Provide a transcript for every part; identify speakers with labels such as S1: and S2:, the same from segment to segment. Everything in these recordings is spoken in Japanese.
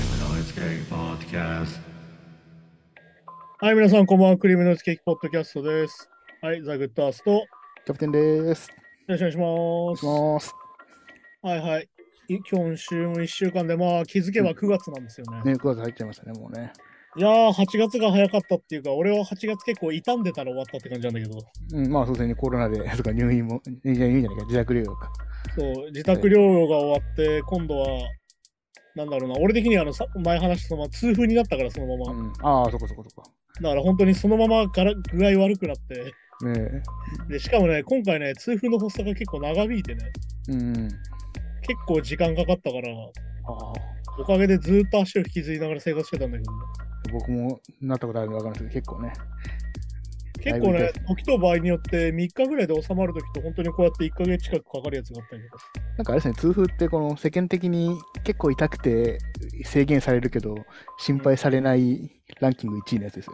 S1: Cake Podcast.
S2: はい、皆さん、こんばんは。クリームノイズケーキポッドキャストです。はい、ザ・グッドアースト。よ
S3: キャプテンです。
S2: ろしくお願いし
S3: お
S2: ます。
S3: 願いします。
S2: はいはい。い今週も1週間で、まあ、気づけば9月なんですよね。
S3: ね、9月入っちゃいましたね、もうね。
S2: いやー、8月が早かったっていうか、俺は8月結構傷んでたら終わったって感じなんだけど、
S3: うん、まあ、そうですね、コロナで、 とか入院も、入院じゃないか、自宅療養か。
S2: そう、自宅療養が終わって、今度は、なんだろうな、俺的にはあのさ前話したそのまま痛風になったから、そのま
S3: う
S2: ま。
S3: ん、ああ、そこそこそこ。
S2: だから本当にそのままがら具合悪くなって。
S3: ね
S2: で、しかもね、今回ね、痛風の発作が結構長引いてね、
S3: え。うん。
S2: 結構時間かかったから、
S3: ああ、
S2: おかげでずーっと足を引きずりながら生活してたんだけど、
S3: 僕もなったことあるんでわかるんですけど、結構ね。
S2: 結構
S3: だいぶ
S2: ね
S3: 痛、
S2: 時と場合によって3日ぐらいで収まる時と、本当にこうやって1ヶ月近くかかるやつがあったりとか。
S3: なんかあれですね、痛風って、この世間的に結構痛くて制限されるけど、心配されないランキング1位のやつですよ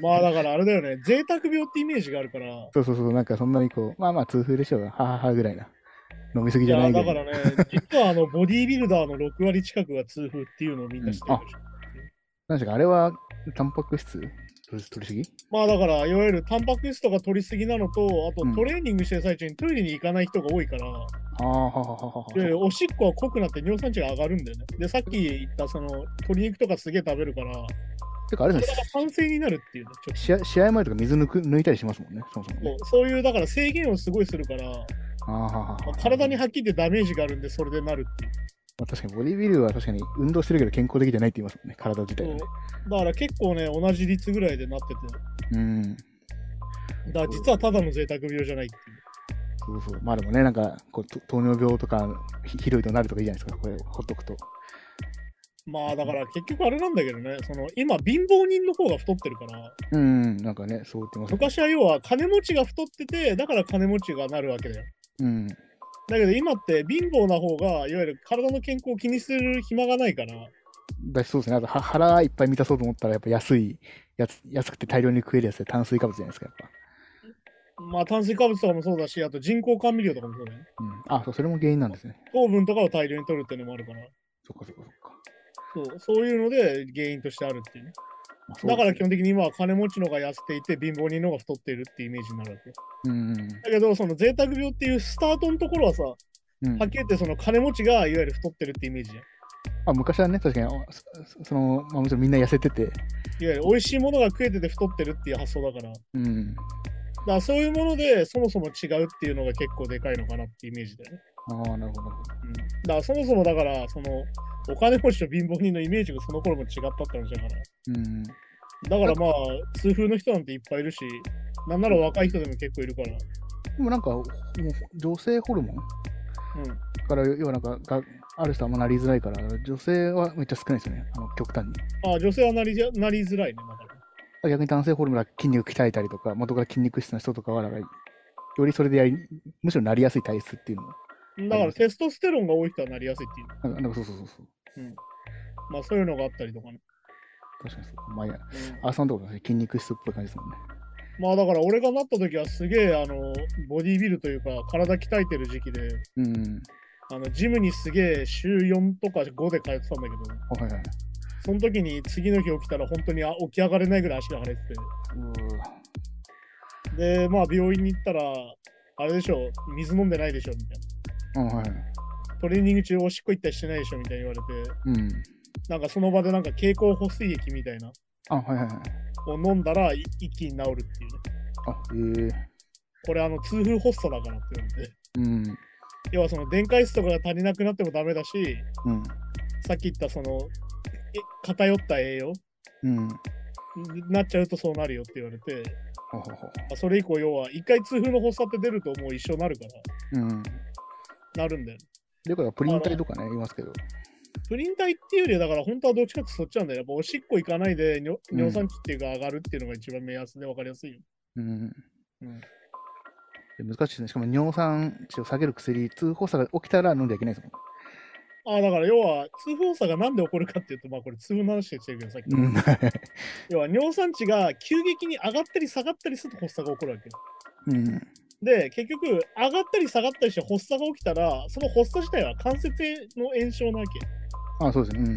S3: ね。
S2: まあだからあれだよね、贅沢病ってイメージがあるから、い
S3: そうそうそう、なんかそんなにこう、まあまあ痛風でしょうが、はははぐらいな。飲みすぎじゃな
S2: や
S3: い
S2: だ
S3: ぐらい
S2: からね、実はあのボディービルダーの6割近くが痛風っていうのをみんな知ってるでしょ。
S3: なんですか、あれは、タンパク質取り取りすぎ
S2: まあだから、いわゆるタンパク質とか取りすぎなのと、あと
S3: うん
S2: トレーニングしてる最中にトイレに行かない人が多いから、
S3: ああ、ははははは。
S2: でおしっこは濃くなって尿酸値が上がるんだよね。で、さっき言ったその鶏肉とかすげえ食べるから、
S3: てかあれです
S2: それ
S3: ね
S2: が酸性になるっていうね、ちょっと。
S3: 試合試合前とか水抜く抜いたりしますもんね、そもそも
S2: そ
S3: ね
S2: う。そういうだから制限をすごいするから、
S3: あーはーはー
S2: ま
S3: は
S2: あ
S3: ー
S2: 体に
S3: ま
S2: はっきり言ってダメージがあるんで、それでなるっていう。
S3: あ確かにボディビルは確かに運動してるけど健康的じゃないって言いますもんね、体自体はね。
S2: そうだから結構ね、同じ率ぐらいでなってて、
S3: うん。
S2: だから実はただの贅沢病じゃないっていう。
S3: そうそう。まあでもね、なんかこうと糖尿病とかひひどいとなるとかいいじゃないですか、これほっとくと。
S2: まあだから結局あれなんだけどね、その今、貧乏人の方が太ってるから、
S3: うん、なんかね、そう言ってます、ね。
S2: 昔は要は金持ちが太ってて、だから金持ちがなるわけだよ。
S3: うん。
S2: だけど今って貧乏な方が、いわゆる体の健康を気にする暇がないから、
S3: だしそうですね、あとは腹いっぱい満たそうと思ったら、やっぱ安いやつ、安くて大量に食えるやつで炭水化物じゃないですか、やっぱ。
S2: まあ炭水化物とかもそうだし、あと人工甘味料とかもそうだよね。
S3: うん。あ、そう、それも原因なんですね。
S2: 糖分とかを大量に取るっていうのもあるから。
S3: そっかそっかそっか。
S2: そうそういうので原因としてあるっていうね。
S3: まあそう
S2: だから基本的に今は金持ちの方が痩せていて貧乏人の方が太っているっていうイメージになるわけ。
S3: うん。
S2: だけどその贅沢病っていうスタートのところはさ、は
S3: うん
S2: っきり言ってその金持ちがいわゆる太ってるってイメージじゃん。い
S3: あ昔はね、確かに、あそそその、まあ、もちろんみんな痩せてて、
S2: わゆる美味しいものが食えてて太ってるっていう発想だから。だか
S3: うん。
S2: らそういうものでそもそも違うっていうのが結構でかいのかなってイメージだよね。
S3: ああ、なるほど。
S2: うん、だからそもそもだからそのお金持ちと貧乏人のイメージがその頃も違ったって話だから。
S3: うん。
S2: だからまあ痛風の人なんていっぱいいるし、なんなら若い人でも結構いるから。
S3: でもなんか、もう女性ホルモン
S2: うん
S3: から、要はなんか、がある人はあんまなりづらいから、女性はめっちゃ少ないですよね、あの極端に。
S2: あ女性はなりじゃなりづらいね、だから。
S3: 逆に男性ホルモンは筋肉鍛えたりとか、元から筋肉質な人とかは、なんかよりそれでやり、むしろなりやすい体質っていうのも、
S2: だからテストステロンが多い人はなりやすいっていう。
S3: なんか、なんかそうそうそうそう。
S2: まあそういうのがあったりとかね。
S3: 確かにそう。まあ、いや、
S2: うん
S3: あさんとかね筋肉質っぽい感じですもんね。
S2: まあだから俺がなった時はすげえあのボディビルというか体鍛えてる時期で、
S3: うん。
S2: あのジムにすげえ週4とか5で通ってたんだけど、
S3: あはいはい。
S2: その時に次の日起きたら本当にあ起き上がれないぐらい足が腫れて
S3: うわ
S2: て。で、まあ病院に行ったら、あれでしょ、水飲んでないでしょみたい
S3: うん、はいはい。
S2: な。トレーニング中おしっこ行ったりしてないでしょみたいに言われて、
S3: うん。
S2: なんかその場でなんか経口補水液みたいな。
S3: あ、はいはいはい。
S2: を飲んだらい一気に治るっていうね。
S3: あ、ええ
S2: これあの痛風発作だからって言われて。
S3: うん。
S2: 要はその電解質とかが足りなくなってもダメだし、
S3: うん。
S2: さっき言ったそのえ偏った栄養
S3: うん。
S2: になっちゃうとそうなるよって言われて、
S3: ほほほ。
S2: あそれ以降要は一回痛風の発作って出るともう一生なるか
S3: うん。
S2: ら、なるんだよね。
S3: だからプリン体とかね、言いますけど。
S2: プリン体っていうよりはだから本当はどっちかってそっちなんだよ。やっぱおしっこ行かないで尿
S3: うん
S2: 尿酸値っていうか上がるっていうのが一番目安で分かりやすいよ。
S3: うん。
S2: うん
S3: で難しいですね。しかも尿酸値を下げる薬、通報作が起きたら飲んではいけないです
S2: ああ、だから要は痛風発作がなんで起こるかっていうと、まあこれ痛風の話してるけどさっき。
S3: もん。うん。
S2: 要は尿酸値が急激に上がったり下がったりすると発作が起こるわけよ。
S3: うん。
S2: で、結局、上がったり下がったりして発作が起きたら、その発作自体は関節の炎症なわけ。
S3: あそうですね。う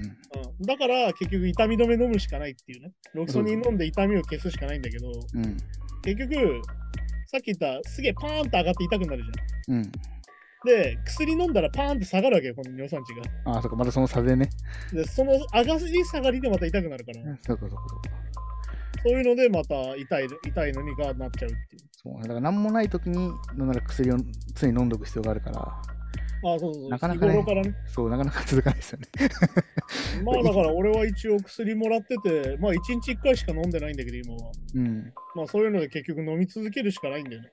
S3: ん。
S2: うん、だから結局痛み止め飲むしかないっていうね。ロキソニン飲んで痛みを消すしかないんだけど、
S3: うん。
S2: 結局、さっき言ったすげえパーンって上がって痛くなるじゃん。
S3: うん。
S2: で、薬飲んだらパーンって下がるわけよ、この尿酸値が。
S3: あそっか、またその差でね。
S2: で、その上がり下がりでまた痛くなるから、
S3: そうかそうかそうか。
S2: そういうのでまた痛い痛いのにがなっちゃうっていう。
S3: そうね。だから何もない時に、なんなら薬を常に飲んどく必要があるから、
S2: ああ、そうそうそう。
S3: なかなかね
S2: 日頃からね。
S3: そう、なかなか続かないですよね。
S2: まあだから俺は一応薬もらってて、まあ1日1回しか飲んでないんだけど、今は。
S3: うん。
S2: まあそういうので結局飲み続けるしかないんだよね。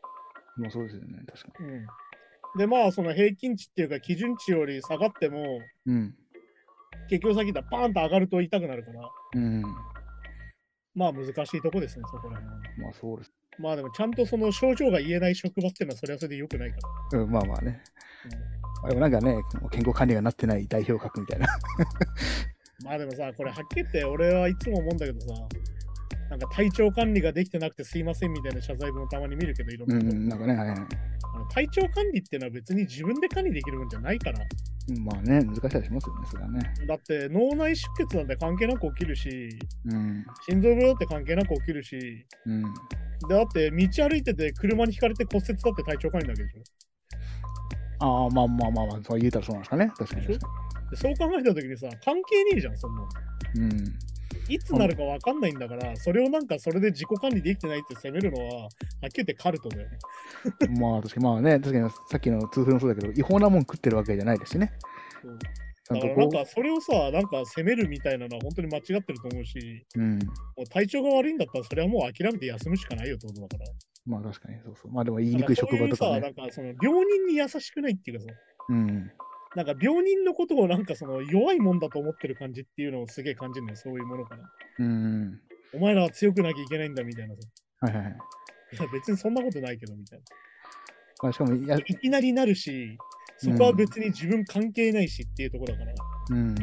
S3: もうそうですよね、確か
S2: うん、でまあその平均値っていうか基準値より下がっても
S3: に。うん。
S2: 結局さっき言ったパーンと上がると痛くなるから
S3: うん。
S2: まあ難しいとこですねそこら辺は。
S3: まあそうです。
S2: まあでもちゃんとその症状が言えない職場っていうのはそれはそれで良くないか
S3: うん、まあまあね。
S2: ら、
S3: でもなんかね、健康管理がなってない代表格みたいな。
S2: うんまあでもさこれはっきり言って俺はいつも思うんだけどさなんか体調管理ができてなくてすいませんみたいな謝罪文をたまに見るけどいろん
S3: う
S2: なこ
S3: ん、
S2: と、
S3: うん、なんかね、はいはい。
S2: あの体調管理っていうのは別に自分で管理できるもんじゃないから
S3: まあね、難しかったりしますよね、それはね。
S2: だって脳内出血なんて関係なく起きるし
S3: うん。
S2: 心臓病だって関係なく起きるし
S3: うん。
S2: でだって道歩いてて車にひかれて骨折だって体調管理なわけでしょ
S3: ああ、まあまあまあまあ、そう言えたらそうなんですかね。確かに確か
S2: でそう考えた時にさ関係ねえじゃんそんなの
S3: に。うん。
S2: いつなるか分かんないんだからそれをなんかそれで自己管理できてないって責めるのははっきり言ってカルトだよね
S3: まあ確かにまあね、確かにさっきの通風もそうだけど、違法なもん食ってるわけじゃないですしね。
S2: そう
S3: ちゃん
S2: だか
S3: と
S2: らな
S3: こ
S2: んかそれをさなんか責めるみたいなのは本当に間違ってると思うし
S3: う、う
S2: も
S3: ん。
S2: う体調が悪いんだったらそれはもう諦めて休むしかないよってことだから
S3: まあ確かにそうそう。まあでも言いにくい職場とか
S2: な
S3: ね。
S2: んかそういうさなんかその病人に優しくないっていうかさ
S3: うん。
S2: なんか病人のことをなんかその弱いもんだと思ってる感じっていうのをすげえ感じるのよそういうものから
S3: うん。
S2: お前らは強くなきゃいけないんだみたいなさ。
S3: はいはいはい。
S2: いや別にそんなことないけどみたいな。
S3: まあしかも、いや、
S2: いきなりなるし、そこは別に自分関係ないしっていうところだから。
S3: うん。
S2: っ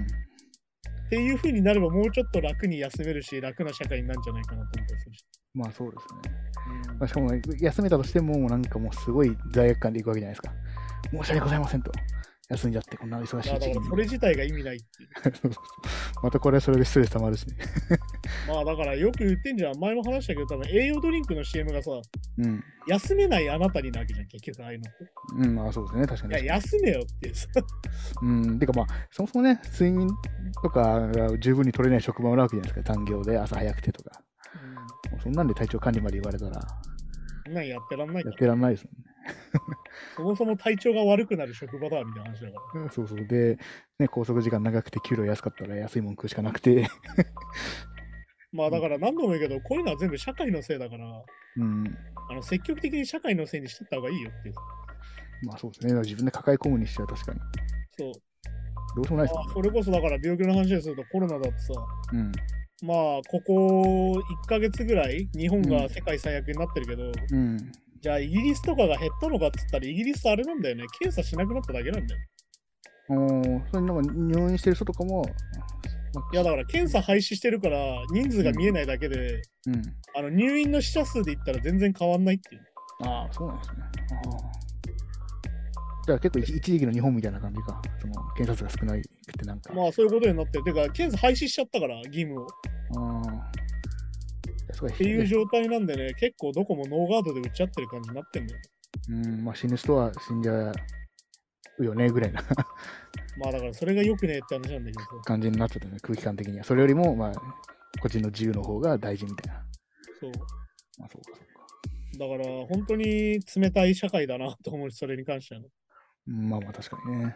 S2: ていう風になればもうちょっと楽に休めるし、楽な社会になるんじゃないかなと思ったりするし。
S3: まあそうですね。まあ、しかも、休めたとしても、なんかもうすごい罪悪感でいくわけじゃないですか。申し訳ございませんと。休んじゃって、こんな忙し
S2: まあ
S3: い
S2: だ
S3: 時期
S2: から
S3: に
S2: そ。 れ自体が意味ないっていう。
S3: またこれはそれでストレス溜まるしね。
S2: まあだからよく言ってんじゃん。前も話したけど、多分栄養ドリンクの CM がさ、
S3: うん。
S2: 休めないあなたになわけじゃん、結局ああいうのって。
S3: うん、まあそうですね、確か
S2: い
S3: に。
S2: や、休めよってさ。
S3: うん、てかまあ、そもそもね、睡眠とかが十分に取れない職場もあるわけじゃないですか、残業で朝早くてとか。もうそんなんで体調管理まで言われたら、
S2: そんなんやってらんないか
S3: やっ
S2: ら。
S3: てらんないです
S2: そもそも体調が悪くなる職場だみたいな話だから。
S3: もんね。そうそう。で、ね、拘束時間長くて給料安かったら安いもん食うしかなくて、
S2: まあだから何度も言うけど、こういうのは全部社会のせいだから、
S3: うん、
S2: あの積極的に社会のせいにしてった方がいいよっていう。
S3: まあそうですね、だから自分で抱え込むにしては確かに、
S2: そう。
S3: どうしようもないです
S2: まあ、それこそだから病気の話でするとコロナだってさ、
S3: もんね。
S2: まあここ1ヶ月ぐらい日本
S3: う
S2: が
S3: ん
S2: 世界最悪になってるけど、
S3: うん。うん。
S2: じゃあイギリスとかが減ったのかっつったらイギリスあれなんだよね。検査しなくなっただけなんだよ。
S3: おーそれになんか入院してる人とかも、まあ
S2: いやだから検査廃止してるから人数が見えないだけで、
S3: うん。
S2: あの入院の死者数で言ったら全然変わんないっていう。
S3: ああ、そうなんですね。ああ。じゃあ結構一一時期の日本みたいな感じか、その検査数が少ないってなんか。
S2: まあそういうことになってる。てか検査廃止しちゃったから義務を。っ
S3: ああ。そって
S2: いう状態なんでね、結構どこもノーガードで打ち合ってる感じになってんだよ。
S3: うん、まあ死ぬ人は死んじゃうよねぐらいな
S2: まあだからそれが良くねえって話なんだけどさ。
S3: 感じになってたね、空気感的には。それよりも、まあ、個人の自由の方が大事みたいな。
S2: そう。
S3: まあそうかそう
S2: だ
S3: か。
S2: から本当に冷たい社会だなと思うし、それに関してはね。
S3: うんまあまあ確かにね。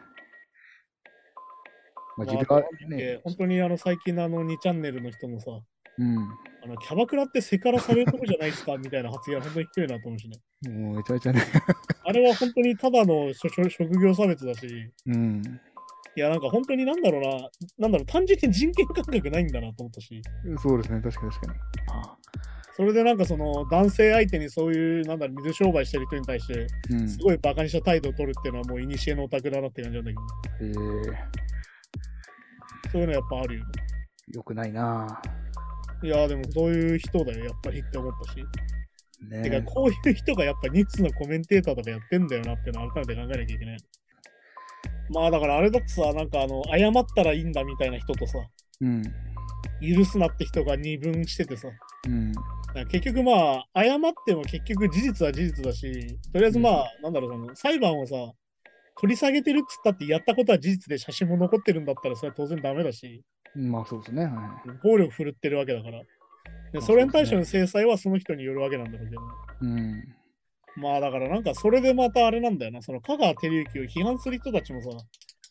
S2: ま
S3: まあ
S2: あ
S3: 自分
S2: あとなん
S3: は
S2: だっけ
S3: ね、
S2: 本当にあの最近のあの2チャンネルの人もさ、
S3: うん。
S2: あのキャバクラってセカラされるとこじゃないですかみたいな発言は本当に低いなと思うしね。
S3: もうめちゃめちゃね。
S2: あれは本当にただの職職業差別だし、い
S3: うん。
S2: やなんか本当になんだろうな、なんだろう、単純に人権感覚ないんだなと思ったし、
S3: そうですね、確かに確かに。ああ。
S2: それでなんかその男性相手にそういう、なんだろう、水商売してる人に対して、
S3: うん。
S2: すごいバカにした態度を取るっていうのはもう古のオタクだなって感じなんだけど、
S3: えー、
S2: そういうのやっぱあるよね。
S3: よくないない
S2: やでもそういう人だよ、やっぱりって思ったし。
S3: ぁ
S2: てか、
S3: ね
S2: こういう人がやっぱニュースのコメンテーターとかやってんだよなっていうのを改めて考えなきゃいけない。まあだからあれだとさ、なんかあの、謝ったらいいんだみたいな人とさ、
S3: うん。
S2: 許すなって人が二分しててさ、
S3: うん。
S2: だから結局まあ、謝っても結局事実は事実だし、とりあえずまあ、なんだろう、その裁判をさ、取り下げてるっつったってやったことは事実で写真も残ってるんだったらそれは当然ダメだし、
S3: まあそうですね。は
S2: 暴力振るってるわけだから。で
S3: あ
S2: それに対して
S3: そう
S2: の
S3: で
S2: 制裁はその人によるわけなんだろうけど。
S3: い。うん。
S2: まあだからなんかそれでまたあれなんだよな、その香川照之を批判する人たちもさ、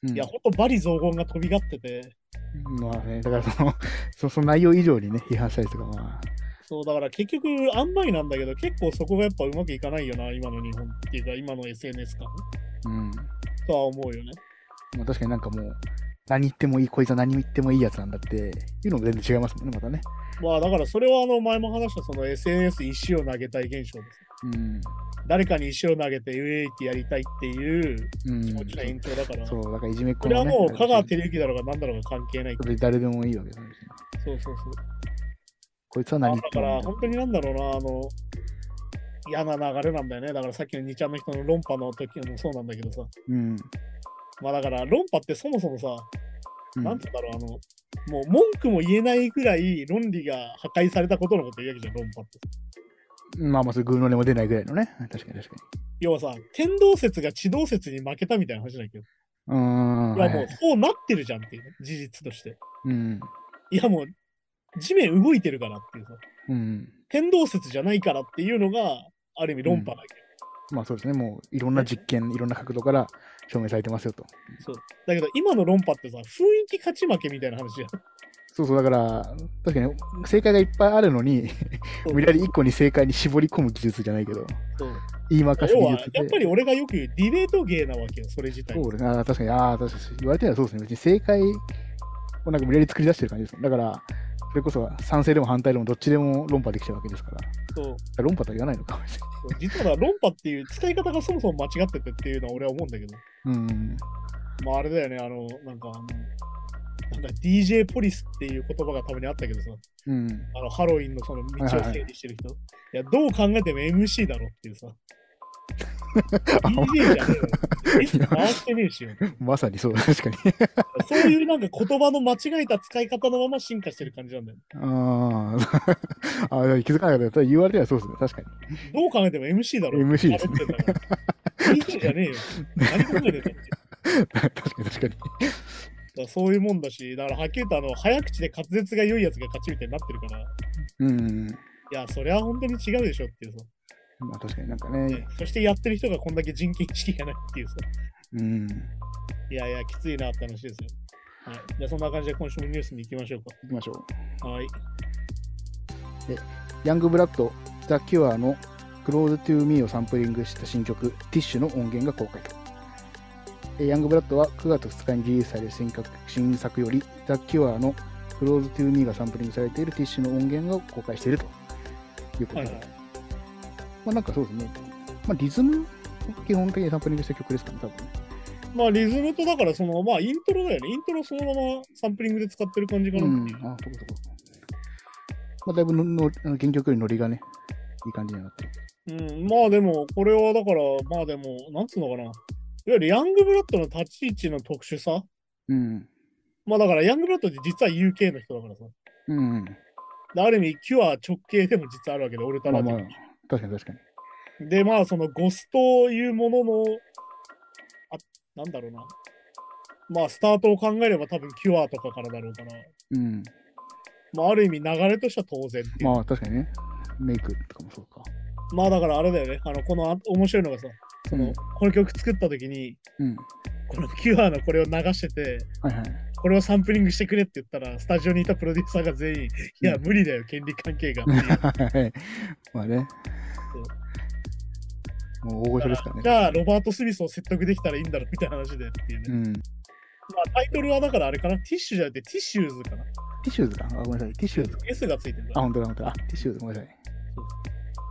S3: うん
S2: いや、ほんとバリ雑言が飛び交ってて、
S3: まあね、だからその、 そその内容以上にね、批判したりとか、まあ、
S2: そうだから結局、あんまりなんだけど、結構そこがやっぱうまくいかないよな、今の日本っていうか、今の SNS か
S3: うん。
S2: とは思うよね。
S3: まあ、確かになんかもう、何言ってもいい、こいつは何言ってもいいやつなんだっていうのも全然違いますもんね、またね。
S2: まあだからそれはあの前も話したその SNS 石を投げたい現象です。
S3: うん。
S2: 誰かに石を投げてウェイってやりたいっていう
S3: うん
S2: 気持ちの延長だから、
S3: そ、
S2: そう
S3: だからいじめっ子
S2: れはもう香川
S3: て
S2: 照之だろうが何だろうが関係ない。
S3: 誰でもいいわけですね。
S2: そうそうそう。
S3: こいつは
S2: まあ
S3: 何言
S2: だ
S3: って
S2: か
S3: もいい
S2: ら
S3: やつ
S2: 本当になんだろうな、あの、嫌な流れなんだよね。だからさっきの2ちゃんの人の論破の時もそうなんだけどさ。
S3: うん。
S2: まあだから論破ってそもそもさ、
S3: うん
S2: なんて言うんだろう、あの、もう文句も言えないぐらい論理が破壊されたことのこと言うわけじゃん、論破って。
S3: まあまあ、それグーの音も出ないぐらいのね。確かに確か
S2: 要はさ、天動説が地動説に負けたみたいな話だけど、
S3: に。うーん。
S2: いやも
S3: は
S2: う
S3: い
S2: そうなってるじゃんっていうね、事実として。
S3: うん。
S2: いやもう、地面動いてるからっていうさ、
S3: うん。
S2: 天動説じゃないからっていうのが、ある意味論破だけど、
S3: まあそうですね、もういろんな実験、いろんな角度から証明されてますよと。
S2: そう。だけど今の論破ってさ、雰囲気勝ち負けみたいな話じゃん。
S3: そうそう、だから、確かに正解がいっぱいあるのに、
S2: そう
S3: 無理やり一個に正解に絞り込む技術じゃないけど、
S2: そう
S3: 言いまかす
S2: 要
S3: 技
S2: は、
S3: 術で。
S2: やっぱり俺がよく言うディベート芸なわけよ、それ自体。
S3: そうですね、あー確かに、ああ、確かに、言われてみればそうですね、別に正解をなんか無理やり作り出してる感じですもんだから、それこそ賛成でも反対でもどっちでも論破できちゃうわけですから、
S2: そう
S3: 論破とは言わないのかもしれ
S2: そう実は論破っていう使い方がそもそも間違っててっていうのは俺は思うんだけど、
S3: ない。うん。
S2: まああれだよね、あの、なんかあの、なんか DJ ポリスっていう言葉がたまにあったけどさ、
S3: うん。
S2: あのハロウィンのその道を
S3: はいはい
S2: 整理してる人、いや、どう考えても MC だろって いうさ、DJ じゃねえよ。リス回してねえしよ。
S3: まさにそう、確かに。
S2: そういうなんか言葉の間違えた使い方のまま進化してる感じなんだよ。
S3: あー あー、気づかなかった。言われてはそうですね、確かに。
S2: どう考えても MC だろ。
S3: MC ですね
S2: 喋ってんだから DJ じゃねえよ。何考えてんだよ。
S3: 確かに確かに。
S2: だからそういうもんだし、だからはっきり言うとあの早口で滑舌が良いやつが勝ちみたいになってるから、い
S3: うん。
S2: や、それは本当に違うでしょっていうさ、
S3: まあ確かになんかね、
S2: そしてやってる人がこんだけ人権意識がないっていうさ、
S3: うん。行
S2: いやいや、きついなって話ですよ。はい、じゃあそんな感じで今週もニュースに行きましょう
S3: きましょう。
S2: か。はい。
S3: ヤングブラッド、ザ・キュアの Close to Me をサンプリングした新曲、Tissue の音源が公開と。えーヤングブラッドは9月2日にリリースされる新作新作より、ザ・キュアの Close to Me がサンプリングされている Tissue の音源を公開しているということ
S2: は
S3: で、
S2: いはい、
S3: まあなんかそうですね、まあ、リズムを基本的にサンプリングした曲ですかね、多分。
S2: まあリズムとだからそのまあイントロだよね。イントロそのままサンプリングで使ってる感じかな
S3: う
S2: っ
S3: ん
S2: ていう。、
S3: あ、そうかそうか。まあ、だいぶののあの原曲よりノリがね、いい感じになってる。
S2: うん、まあでも、これはだから、まあでも、なんつうのかな。いわゆるヤングブラッドの立ち位置の特殊さ。
S3: うん。
S2: まあだからヤングブラッドって実は UK の人だからさ。
S3: うん。
S2: である意味、キュア直系でも実はあるわけで、オルタ
S3: ま
S2: ナ
S3: あ
S2: ティ
S3: まあ
S2: ブ。、
S3: 確かに確かに。
S2: で、まあ、そのゴスというものの、あ、なんだろうな。まあ、スタートを考えれば多分キュアとかからだろうから、
S3: うん。
S2: まあ、ある意味流れとしては当然っていう。ま
S3: まあ確かにね、メイクとかもそうか。
S2: あ、だからあれだよね。あの、このあ面白いのがさ、その、
S3: うん
S2: この曲作った時に、
S3: うん。
S2: このキュアのこれを流してて、
S3: はいはい。
S2: これをサンプリングしてくれって言ったら、スタジオにいたプロデューサーが全員、いや、
S3: うん
S2: 無理だよ、権利関係がっていう。
S3: はいまあね。もう大御所ですからね。
S2: じゃあ、ロバート・スミスを説得できたらいいんだろうみたいな話でっていうね。
S3: うん。テ
S2: まあ、タイトルはだからあれかな、ティッシュじゃなくてティッシューズかな。
S3: ィッシューズか。あ、ごめんなさい。ティッシューズ。
S2: S がついてるか
S3: あ、
S2: ら。
S3: 本当だ、本当だ。あ、ティッシューズ、ごめんなさい。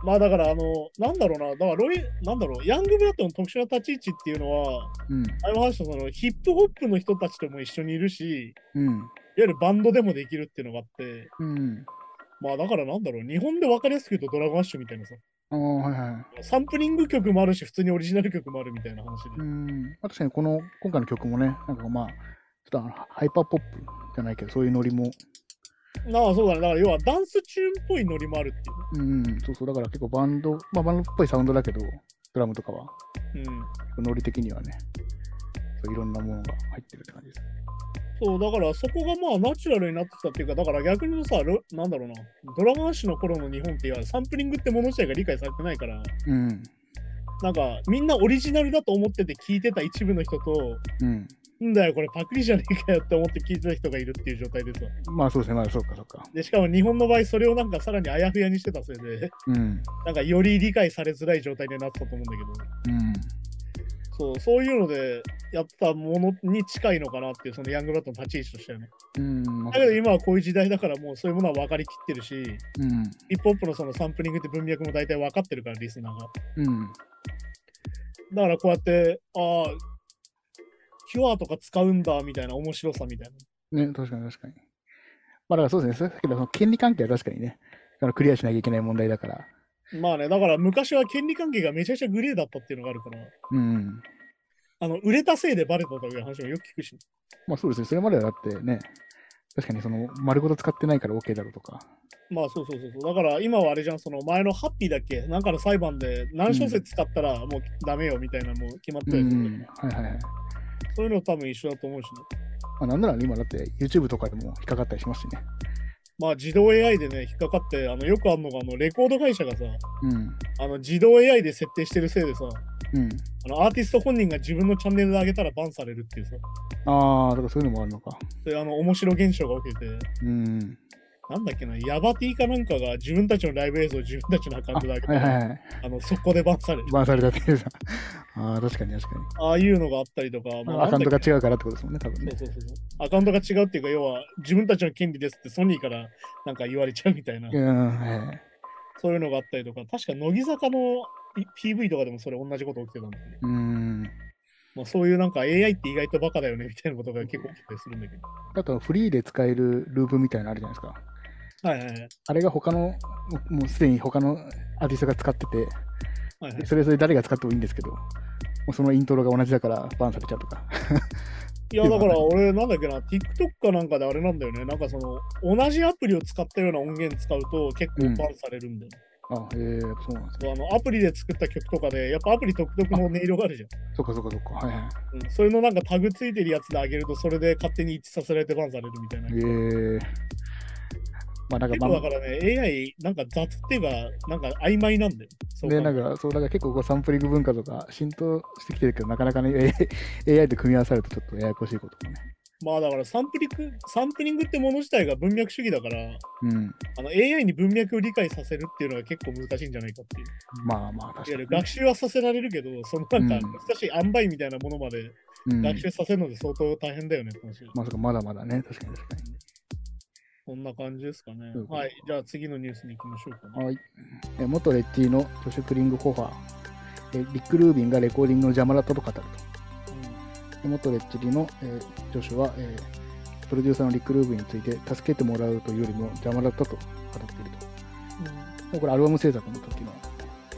S2: まあだから、あの、なんだろうな、だからロイ、なんだろう、ヤングブラッドの特殊な立ち位置っていうのは、
S3: うん。
S2: あれも話したそのヒップホップの人たちとも一緒にいるし、
S3: うん。
S2: いわゆるバンドでもできるっていうのがあって、
S3: うん。
S2: まあだからなんだろう、日本で分かりやすく言うとドラゴンアッシュみたいなさ、
S3: ああ、はいはい。
S2: サンプリング曲もあるし、普通にオリジナル曲もあるみたいな話で。
S3: うん。まあ確かにこの、今回の曲もね、なんかまあ、ちょっとあのハイパーポップじゃないけど、そういうノリも、
S2: なあ、そうだね。だから要はダンスチューンっぽいノリもあるって
S3: うん、そうそう、だから結構バンド、まあバンドっぽいサウンドだけど、ドラムとかは、
S2: いう。うん。
S3: ノリ的にはね、そういろんなものが入ってるって感じです。
S2: そう、だからそこがまあナチュラルになってきたっていうか、だから逆に言うとさ、ロなんだろうな、ドラマー氏の頃の日本っていわゆるサンプリングってもの自体が理解されてないから、
S3: うん。
S2: なんかみんなオリジナルだと思ってて聞いてた一部の人と、
S3: うん。
S2: んだよ、これパクリじゃねえかよって思って聞いてた人がいるっていう状態でさ。
S3: まあそうですね、まあそうかそうか。
S2: で、しかも日本の場合、それをなんかさらにあやふやにしてたせいで、
S3: うん。
S2: なんかより理解されづらい状態になってたと思うんだけど、
S3: うん。
S2: そう、そういうのでやったものに近いのかなっていう、そのヤングバットの立ち位置としてはね。
S3: うん。まあ
S2: だけど今はこういう時代だからもうそういうものは分かりきってるし、
S3: うん。
S2: ヒップホップのそのサンプリングって文脈も大体分かってるから、リスナーが。
S3: うん。
S2: だからこうやって、ああ、キュアとか使うんだみたいな面白さみたい
S3: ね、確かに確かに。まあだからそうですね、さっきのその権利関係は確かにね、あのクリアしなきゃいけない問題だから。
S2: な。まあね、だから昔は権利関係がめちゃくちゃグレーだったっていうのがあるから、
S3: うん。
S2: あの、売れたせいでバレたとかいう話もよく聞くし、
S3: まあそうですね、それまではだってね、確かにその丸ごと使ってないから OK だろうとか。
S2: まあそうそうそうそう、だから今はあれじゃん、その前のハッピーだっけ、なんかの裁判で何小節使ったらもうダメよみたいなのも決まった
S3: う
S2: りする、
S3: ん。はいはいはい。
S2: そういうの多分一緒だと思うしね、
S3: まあなんなら今だって YouTube とかでも引っかかったりしますしね。
S2: まあ自動 AI でね、引っかかって、あのよくあるのが、あのレコード会社がさ、
S3: うん。
S2: あの自動 AI で設定してるせいでさ、
S3: うん。
S2: あのアーティスト本人が自分のチャンネルで上げたらバンされるっていうさ、
S3: ああ、だからそういうのもあるのか。
S2: であの面白現象が起きてて、
S3: うん。
S2: なんだっけな、ヤバティかなんかが自分たちのライブ映像を自分たちのアカウン
S3: あ
S2: トで上げ
S3: はいはい
S2: て、
S3: はい。
S2: あのそこでバンされる。
S3: バンされたっていうさ。ああ、確かに確かに。
S2: ああいうのがあったりとか、まあ
S3: アカウントが
S2: う。
S3: 違うからってことですもんね、多分
S2: そう
S3: ね。
S2: そうそうそうアカウントが違うっていうか、要は自分たちの権利ですってソニーからなんか言われちゃうみたいな、
S3: うん、はい。
S2: そういうのがあったりとか、確か乃木坂の PV とかでもそれ同じこと起きてたんだよね。
S3: うん。
S2: まあ、そういうなんか AI って意外とバカだよねみたいなことが結構起きたりするんだけど。
S3: あと、フリーで使えるループみたいなのあるじゃないですか。
S2: はいはいはい。
S3: あれが他の、ももうすでに他のアーティストが使ってて、
S2: はいはい
S3: でそれぞれ誰が使ってもいいんですけど、もうそのイントロが同じだからバンされちゃうとか。
S2: いやだから俺なんだっけな TikTok かなんかであれなんだよねなんかその同じアプリを使ったような音源使うと結構バンされるんだよ、ね
S3: あ、えー、やっぱそうなんですね。
S2: そうあのアプリで作った曲とかでやっぱアプリ独特の音色があるじゃ
S3: そっかそっかそっか。はいはい。
S2: ん、うん、それのなんかタグついてるやつであげるとそれで勝手に一致させられてバンされるみたいな、
S3: えー。まあなんか、
S2: 結
S3: ま
S2: 構だ
S3: あ
S2: か、らね AI なんか雑っていうかなんか曖昧なんだよそう考える
S3: で、なんか、そう、だから結構こうサンプリング文化とか浸透してきてるけど、なかなかね、AI, AI と組み合わさるとちょっとややこしいこともね。
S2: まあだからサンプリングサンプリングってもの自体が文脈主義だから
S3: うん。
S2: あの AI に文脈を理解させるっていうのが結構難しいんじゃないかっていう
S3: ま
S2: い
S3: あまあ、確
S2: わ
S3: か
S2: ゆる
S3: に。
S2: 学習はさせられるけど、そのなんか
S3: うん
S2: 難しい塩梅みたいなものまで
S3: うん
S2: 学習させるので相当大変だよね、って話
S3: まさかまだまだね、確かに確か
S2: こんな感じですかね
S3: そう。か
S2: はい、じゃあ次のニュースに行きましょうかね。
S3: に。はい。え元レッティのジョシュ・クリングホファーえ、リック・ルービンがレコーディングの邪魔だったと語ると。で元レッチリの、えージョシュは、えープロデューサーのリック・ルービンについて助けてもらうというよりも邪魔だったと語っていると。もうこれアルバム制作の時の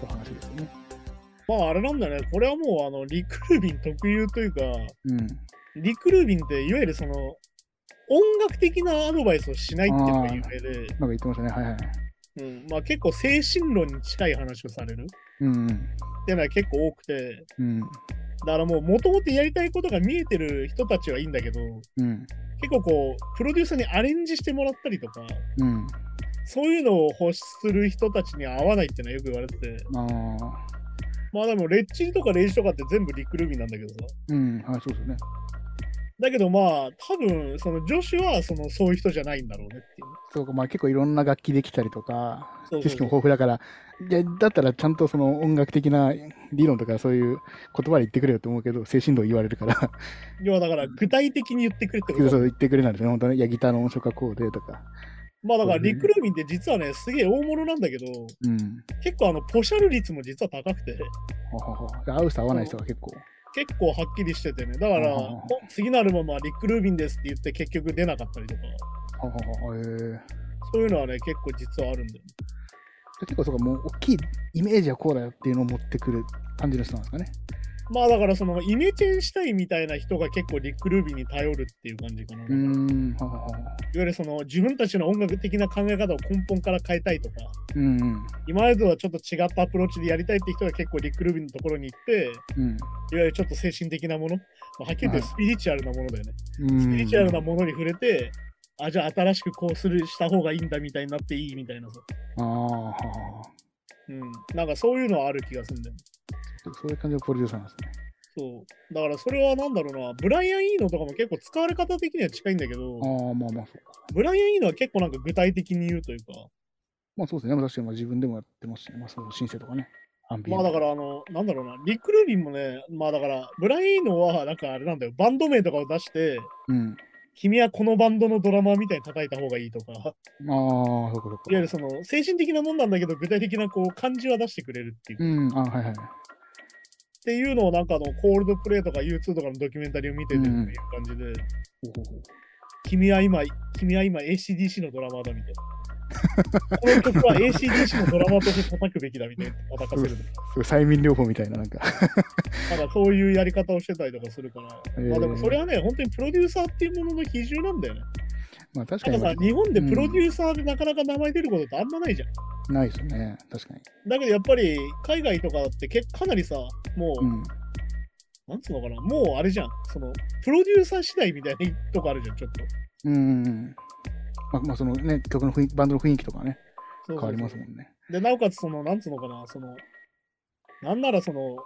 S3: お話ですよね。
S2: うんまああれなんだね、これはもうあのリクルービン特有というか、
S3: うん。
S2: リクルービンっていわゆるその音楽的なアドバイスをしないっていうのが有名で、
S3: なんか言ってましたね。はいはい。
S2: うんまあ、結構精神論に近い話をされるっ
S3: うん。
S2: ていうのは結構多くて、
S3: うん。
S2: だからもう元々やりたいことが見えてる人たちはいいんだけど、
S3: うん。
S2: 結構こうプロデューサーにアレンジしてもらったりとか
S3: うん。
S2: そういうのを欲する人たちに合わないってのはよく言われてて
S3: ああ。
S2: まあでもレッチリとかレイジとかって全部リクルービンなんだけどさ
S3: うん。はい、そうですよね。
S2: だけどまあ多分その女子はそのそういう人じゃないんだろうねっていう
S3: そうか、まあ結構いろんな楽器できたりとか
S2: そうそうそ、う
S3: 知識も豊富だから、いやだったらちゃんとその音楽的な理論とかそういう言葉で言ってくれよと思うけど、精神論言われるから、
S2: 要はだから具体的に言ってくれってこ
S3: そう
S2: と
S3: 言ってくれないんですね、本当に。いや、ギターの音色がこうでとか。
S2: まあだから
S3: そうね
S2: リクルービンって実はねすげえ大物なんだけど
S3: うん。
S2: 結構あのポシャル率も実は高くて
S3: ははは合う人合わない人が結構。
S2: 結構はっきりしててねだから
S3: あー
S2: お次のアルバムはリクルービンですって言って結局出なかったりとか
S3: はははは、えー
S2: そういうのはね結構実はあるんだよ
S3: 結構そうかもう大きいイメージはこうだよっていうのを持ってくる感じの人なんですかね。
S2: まあだからそのイメチェンしたいみたいな人が結構リック・ルービーに頼るっていう感じかな。
S3: うー
S2: いわ
S3: ん、ははは。
S2: ゆるその自分たちの音楽的な考え方を根本から変えたいとか、
S3: うんうん
S2: 今までとはちょっと違ったアプローチでやりたいって人が結構リック・ルービーのところに行って、いわ
S3: うん。
S2: ゆるちょっと精神的なもの、まあ、はっきり言ってスピリチュアルなものだよね。
S3: うん
S2: スピリチュアルなものに触れて、あ、じゃあ新しくこうするした方がいいんだみたいになっていいみたいなさ。
S3: ああ、ははは
S2: うん。なんかそういうのはある気がするんだよね。
S3: そそういう感じのプロデューサーなんですね。
S2: そう。だからそれはなんだろうな、ブライアン・イーノとかも結構使われ方的には近いんだけど、
S3: ああ、まあまあ、そうか。
S2: ブライアン・イーノは結構なんか具体的に言うというか、
S3: まあそうですね。でも確かにまあ自分でもやってますしね。まあその申請とかね。アンビ
S2: まあだからあの、なんだろうな、リック・ルービンもね、まあだから、ブライアン・イーノはなんかあれなんだよ、バンド名とかを出して、
S3: うん。
S2: 君はこのバンドのドラマーみたいに叩いた方がいいとか、いわ
S3: ああ、そうかそうか。
S2: ゆるその精神的なもんなんだけど、具体的なこう感じは出してくれるっていう。っ
S3: うん、あはいはい。
S2: ていうのをなんかあの、コールドプレイとか U2 とかのドキュメンタリーを見ててっていう感じで、君は今、君は今 ACDC のドラマーだみたいな。この曲は ACDC のドラマーとして叩くべきだみたいな叩かせるとか。
S3: すごい催眠療法みたいな、なんか。
S2: なんかそういうやり方をしてたりとかするから。
S3: えー
S2: まあでもそれはね、本当にプロデューサーっていうものの比重なんだよね。
S3: まあ確か
S2: なん
S3: に
S2: か
S3: まあ
S2: さ、日本でプロデューサーでなかなか名前出ることってあんまないじゃん。
S3: ないですよね。確かに。
S2: だけどやっぱり海外とかだって結構かなりさ、もう、
S3: うん。
S2: なんつうのかな、もうあれじゃん。その、プロデューサー次第みたいなとこあるじゃん、ちょっと。
S3: うんうんうん。まあ、まあ、そのね、曲の雰囲気、バンドの雰囲気とかね、
S2: そうそうそう
S3: 変わりますもんね。
S2: で、なおかつ、その、なんつうのかな、その、なんならその、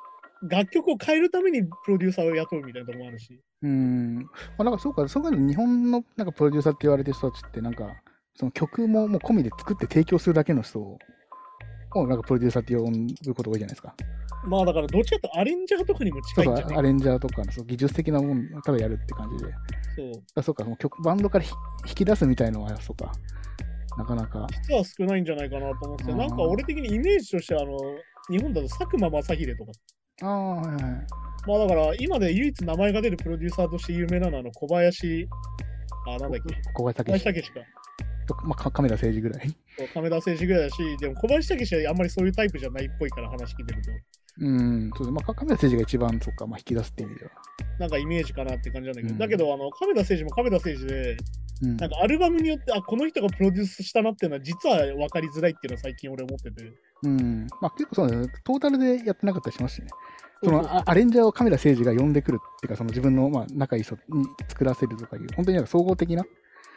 S2: 楽曲を変えるためにプロデューサーを雇うみたいなとこもあるし、
S3: うん。まあ、なんかそうか、そうか、日本のなんかプロデューサーって言われてる人たちって、なんか、その曲ももう込みで作って提供するだけの人を、をなんかプロデューサーって呼ぶことが多いじゃないですか。
S2: まあだからどっちかというとアレンジャーとかにも近
S3: そう
S2: い
S3: そ
S2: ん
S3: う
S2: じゃない
S3: アレンジャーとかのその技術的なものからやるって感じで。
S2: そう
S3: あそうか、もう曲バンドからひ引き出すみたいのは、そうか、なかなか。
S2: 実は少ないんじゃないかなと思ってて、
S3: あー
S2: なんか俺的にイメージとしてはあの、日本だと佐久間正秀とか、
S3: ああ、はいはい。
S2: まあだから今で唯一名前が出るプロデューサーとして有名なのはあの小林、あ、なんだっけ、
S3: 小林
S2: 小
S3: 武
S2: 林
S3: 史
S2: 武史か、
S3: とか、まあ、かカメラ政治ぐらい。
S2: そう亀田誠司ぐらいだし、でも小林武史はあんまりそういうタイプじゃないっぽいから話聞いてると、
S3: うん、そうですね。まあ、かカメラ政治が一番、そうか、まあ、引き出すって意味では。
S2: なんかイメージかなって感じなんだけど、
S3: うん
S2: だけどあの亀田誠司も亀田誠司で、
S3: うん
S2: なんかアルバムによって、あ、この人がプロデュースしたなっていうのは実は分かりづらいっていうのは最近俺思ってて。
S3: うん。まあ、結構そうなんですね。トータルでやってなかったりしますしね。
S2: そ
S3: そう
S2: そう
S3: のあアレンジャーをカメラ政治が呼んでくるっていうか、その自分の、まあ、仲いい人に作らせるとかいう、本当になんか総合的な、だか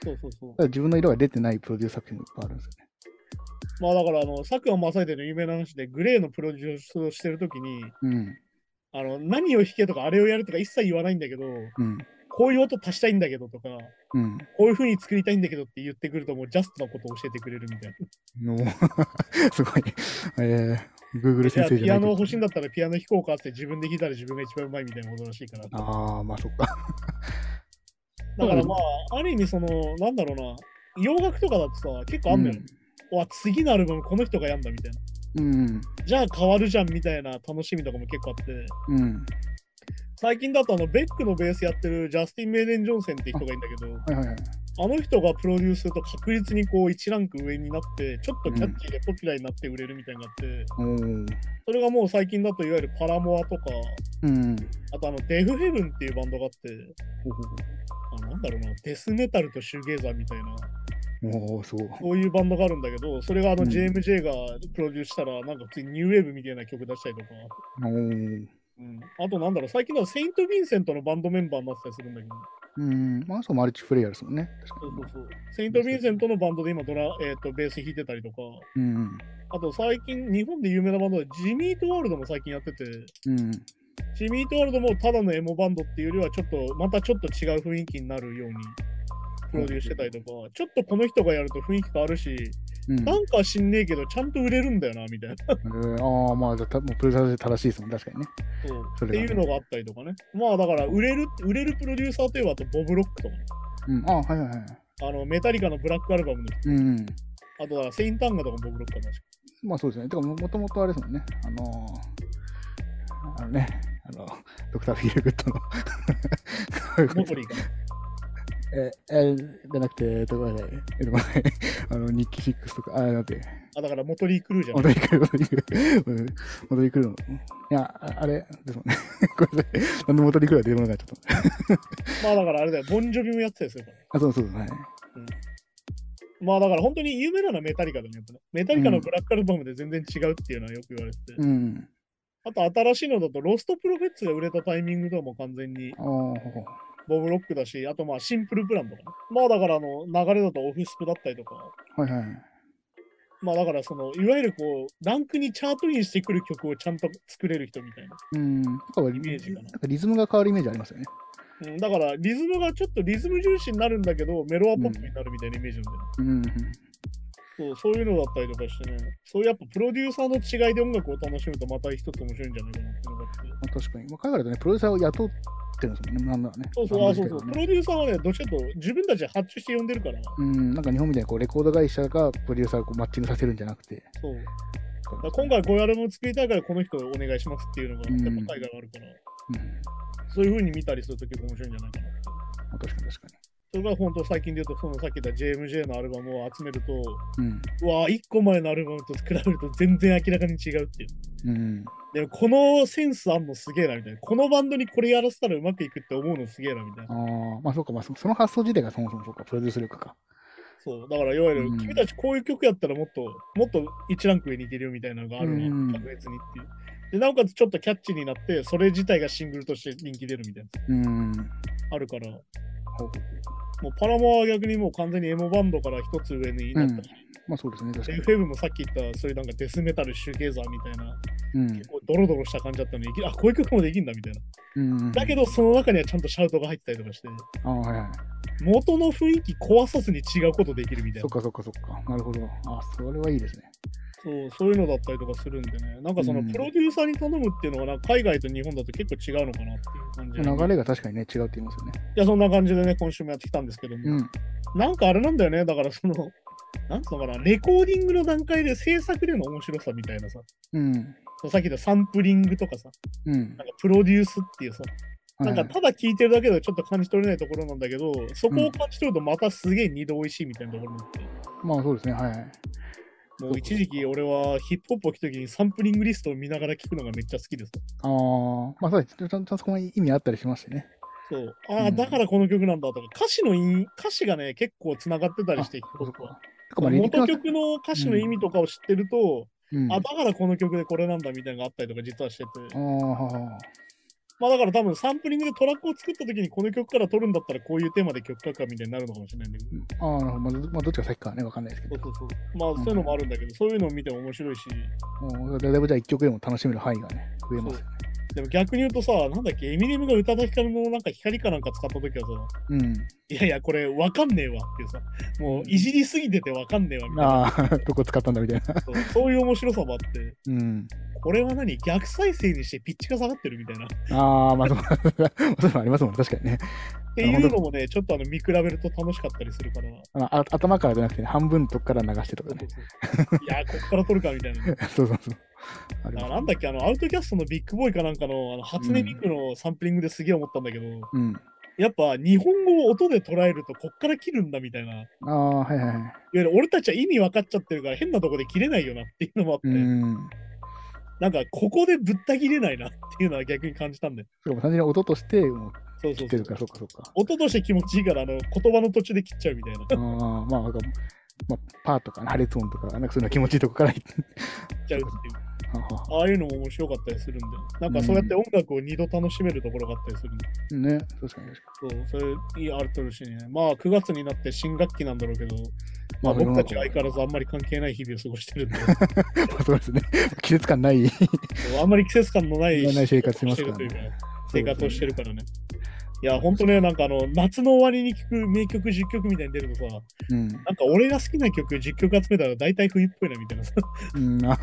S2: そうそうそう
S3: ら自分の色が出てないプロデュース作品もいっぱいあるんですよね。
S2: まあだからあの、佐久間正秀の有名な話で、グレーのプロデュースをしてるときに、
S3: うん。
S2: あの、何を弾けとかあれをやるとか一切言わないんだけど、
S3: うん。
S2: こういう音足したいんだけどとか、
S3: うん。
S2: こういう風に作りたいんだけどって言ってくると、もうジャストなことを教えてくれるみたいな。
S3: の すごい。えー、Google
S2: じゃ
S3: 先
S2: あ
S3: 生じ
S2: ピアノ
S3: ゃないけど
S2: 欲しいんだったらピアノ弾こうかって自分で弾いたら自分が一番うまいみたいなことらしいから。だ
S3: ああ、まあそっか。
S2: からまあ、ある意味その、なんだろうな、洋楽とかだとさ、結構あんのよ。わ、次のアルバムこの人がやんだみたいな。
S3: うん。
S2: じゃあ変わるじゃんみたいな楽しみとかも結構あって。
S3: うん。
S2: 最近だとあのベックのベースやってるジャスティン・メイデン・ジョンセンって人がいるんだけど、
S3: はいはいはい。
S2: あの人がプロデュースすると確実にこう1ランク上になって、ちょっとキャッチーでポピュラーになって売れるみたいになって、
S3: おー
S2: それがもう最近だといわゆるパラモアとか、
S3: うん。
S2: あとあのデフヘブンっていうバンドがあって、あなんだろうな、デスメタルとシューゲーザーみたいな、
S3: おおすごい。
S2: そういうバンドがあるんだけど、それがあの
S3: うん
S2: JMJ がプロデュースしたら、なんか普通にニューウェーブみたいな曲出したりとか、
S3: おー
S2: うん、あとなんだろう、最近だとセイント・ヴィンセントのバンドメンバーになってたりするんだけど、
S3: うん。まあ、そうマルチプレイヤーですもんね。確か
S2: そう
S3: に
S2: そうそう。セイント・ヴィンセントのバンドで今ドラ、えー、とベース弾いてたりとか、
S3: うん。
S2: あと最近日本で有名なバンドでジミート・ワールドも最近やってて、
S3: うん。
S2: ジミート・ワールドもただのエモバンドっていうよりはちょっと、またちょっと違う雰囲気になるようにプロデュースしてたりとか、ちょっとこの人がやると雰囲気変わるし、
S3: うん。
S2: なんか知んねえけどちゃんと売れるんだよな、みたいな。
S3: えーああ、まあ、じゃあたもうプロデューサーで正しいですもん、確かにね。
S2: そう
S3: そ
S2: っ
S3: れ
S2: て
S3: がね
S2: いうのがあったりとかね。まあだから売れる、売れるプロデューサーといえばあとボブ・ロックとかね。
S3: うん。ああ、はいはいはい。
S2: あの、メタリカのブラックアルバムの人、
S3: うん。
S2: あとはセインタンガとかもボブ・ロックかな。
S3: まあ、そうですね。てか、ももともとあれですもんね。あのー、あのね、あの、ドクター・フィールグッドの
S2: モトリーかな。
S3: え、え、じゃなくて、えっとごめんなさい。えっとごめんなさい。あの、日記シックスとか、あ、待って、
S2: あ、だから元リークルーじゃ
S3: 戻り来る、戻り来る。うん戻り来るの。いや、ああれですもんね。 ごめんなさい。なんで戻り来るは出てこなかった。
S2: まあだからあれだよ、ボンジョビもやってたりするからね。
S3: あ、そうそうそう、はい。
S2: まあだから本当に有名なのはメタリカだね。やっぱねメタリカのブラックアルバムで全然違うっていうのはよく言われてて。
S3: うん。
S2: あと新しいのだと、ロストプロフェッツが売れたタイミングとはもう完全に
S3: ああ、ほほ。
S2: ボブロックだし、あとまあシンプルプランとかね。まあだからあの流れだとオフィスプだったりとか、
S3: はいはい。
S2: まあだからその、いわゆるこう、ランクにチャートインしてくる曲をちゃんと作れる人みたいな。
S3: うん。なんか
S2: イメージかな
S3: なんかリズムが変わるイメージありますよね。
S2: うん、だからリズムがちょっとリズム重視になるんだけど、メロアポップになるみたいなイメージなんだよね。
S3: うん。
S2: そうそういうのだったりとかしてね、そういうやっぱプロデューサーの違いで音楽を楽しむとまた一つ面白いんじゃないかなっていうのがあって。
S3: まあ、確かに。まあ、海外だとね、プロデューサーを雇ってるんですもんね。なんだろうね。
S2: そうそう、あそうそう。
S3: バンドですけどね
S2: プロデューサーはね、どっちかというと自分たちで発注して呼んでるから、
S3: うん、なんか日本みたいにこうレコード会社がプロデューサーをこうマッチングさせるんじゃなくて、
S2: そう。だから今回こういうアルバムを作りたいからこの人をお願いしますっていうのが
S3: う
S2: やっ
S3: ん
S2: ぱ海外はあるから、
S3: うん、
S2: そういう風に見たりすると結構面白いんじゃないかな。
S3: まあ確かに確か
S2: それが本当最近で言うと、そのさっき言った JMJ のアルバムを集めると、
S3: に。うん。
S2: うわあ、1個前のアルバムと比べると全然明らかに違うっていう。
S3: うん、
S2: でもこのセンスあんのすげえなみたいな。このバンドにこれやらせたらうまくいくって思うのすげえなみたいな。
S3: ああ、まあそうか、まあそその発想自体がそもそもそうか、プロデュース力か。
S2: そう、だからいわゆる、
S3: うん
S2: 君たちこういう曲やったらもっと、もっと1ランク上にいけるよみたいなのがある
S3: う
S2: の
S3: ん
S2: 確実にっていう。で、なおかつちょっとキャッチーになって、それ自体がシングルとして人気出るみたいな、
S3: うん。
S2: あるから、も
S3: ほう
S2: うパラモアは逆にもう完全にエモバンドから一つ上になったし、
S3: まあそうですね、確か
S2: で
S3: に。
S2: FM もさっき言った、そういうなんかデスメタル、シュゲーザーみたいな、
S3: うん
S2: 結構ドロドロした感じだったのに、いきあ、こういう曲もできるんだみたいな。
S3: うん。
S2: だけど、その中にはちゃんとシャウトが入ってたりとかして、
S3: ああ、はいはい。
S2: 元の雰囲気壊さずに違うことできるみたい
S3: そ
S2: な
S3: っ。かそっかそっか。なるほど。ああ、それはいいですね。
S2: そうそういうのだったりとかするんでね、なんかその
S3: うん
S2: プロデューサーに頼むっていうのが、海外と日本だと結構違うのかなっていう感じで、
S3: 流れが確かにね、違うって言いますよね。
S2: いや、そんな感じでね、今週もやってきたんですけども、
S3: うん。
S2: なんかあれなんだよね、だからその、なんつうのかな、レコーディングの段階で制作での面白さみたいなさ、
S3: うん。
S2: さっき言ったサンプリングとかさ、
S3: うん。
S2: なんかプロデュースっていうさ、
S3: は
S2: ないん
S3: は
S2: か
S3: い
S2: ただ聞いてるだけではちょっと感じ取れないところなんだけど、そこを感じ取るとまたすげえ二度おいしいみたいなところもあって。
S3: まあそうですね、はいはい。
S2: もう一時期俺はヒップホップを聴くときにサンプリングリストを見ながら聞くのがめっちゃ好きです。
S3: ああ、まあそうです。ちゃんちゃんとそこに意味あったりしますしね。
S2: そう。ああ、
S3: うん
S2: だからこの曲なんだとか、歌詞の意味、歌詞がね、結構つながってたりして、
S3: あそうかてかまあリリック
S2: 元
S3: が
S2: 曲の歌詞の意味とかを知ってると、
S3: うん、
S2: あ、だからこの曲でこれなんだみたいなのがあったりとか、実はしてて。
S3: あーはあはあ
S2: まあだから多分サンプリングでトラックを作った時に、この曲から撮るんだったらこういうテーマで曲書くかみたいになるのかもしれないんだけど。
S3: あー、なるほど。まあ、どまあどっちが先かはね、わかんないですけど。
S2: そうそうそう。まあそういうのもあるんだけど、そういうのを見ても面白いし、
S3: もうだいぶじゃあ1曲でも楽しめる範囲がね、増えますよね。
S2: でも逆に言うとさ、なんだっけ、エミネムが宇多田ヒカルのなんか光かなんか使った時はさ、
S3: うん。
S2: いやいや、これわかんねえわっていうさ、もういじりすぎててわかんねえわみたいな。
S3: ああ、 どこ使ったんだみたいな。
S2: そうそういう面白さもあって、
S3: うん。
S2: これは何逆再生にしてピッチが下がってるみたいな。っ
S3: ああ、まあそう そういうのありますもんね、確かにね。
S2: ていうのもね、ちょっとあの見比べると楽しかったりするから。
S3: あのあ頭からじゃなくて、ね、半分のとこから流してとかね。
S2: いやー、こっから撮るかみたいな。だ
S3: そうそうそう。あり
S2: か
S3: ま
S2: ら
S3: す
S2: なんだっけ、あの、アウトキャストのビッグボーイかなんかのあの初音ミクのサンプリングですげえ思ったんだけど、
S3: うん。
S2: やっぱ日本語を音で捉えるとこっから切るんだみたいな。いわ
S3: ああ、はいはいはい。
S2: ゆる俺たちは意味分かっちゃってるから変なとこで切れないよなっていうのもあって、
S3: うん。
S2: なんかここでぶった切れないなっていうのは逆に感じたんだよ。
S3: そうか、単純に音としてもう
S2: そうそ
S3: 切
S2: うそう
S3: ってるから、そうかそうか。
S2: 音として気持ちいいから、あの、言葉の途中で切っちゃうみたいな。
S3: ああ、まあなんか、まあ、パーとか、ね、破裂音とか、なんかそういうの気持ちいいとこから行って。
S2: 切っちゃうっていう。
S3: ははは
S2: ああいうのも面白かったりするんで、なんかそうやって音楽を二度楽しめるところがあったりするんで、
S3: ね、確かに確か
S2: そう、それいいあるとるしね、まあ9月になって新学期なんだろうけど、まあ
S3: まあ
S2: 僕たちは相変わらずあんまり関係ない日々を過ごしてるんで、
S3: に。まあそうですね。季節 感ない。
S2: あんまり季節感のない
S3: ない生活してますから
S2: 生活をしてるというか。
S3: ね
S2: 生活をしてるからね。いや、ほんとね、なんかあの、夏の終わりに聴く名曲10曲みたいに出るとさ、
S3: うん。
S2: なんか俺が好きな曲10曲集めたら大体冬っぽいなみたいな さ、
S3: うん、あ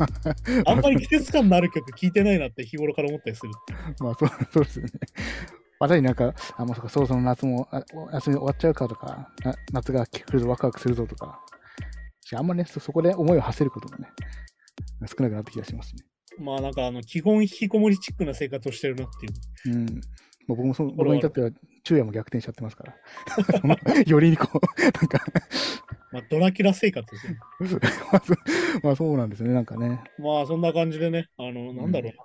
S2: あんまり季節感のある曲聴いてないなって日頃から思ったりする。
S3: まあそうそうですよね。まさになんか、あ、もうそっかそろそろ夏も、あお休み終わっちゃうかとか、な夏が来るぞ、ワクワクするぞとか。しあんまねそ、そこで思いを馳せることもね、少なくなってきたりしますね。
S2: まあなんかあの、基本引きこもりチックな生活をしてるなっていう。
S3: うん。まあ、僕もそう
S2: これ
S3: 僕
S2: は
S3: に至っては昼夜も逆転しちゃってますから そのよりにこうなんか
S2: まあ、ドラキュラ生活ですよ。
S3: まあそうまあそうなんですよねなんかね
S2: まあそんな感じでね、あの、なんだろうな。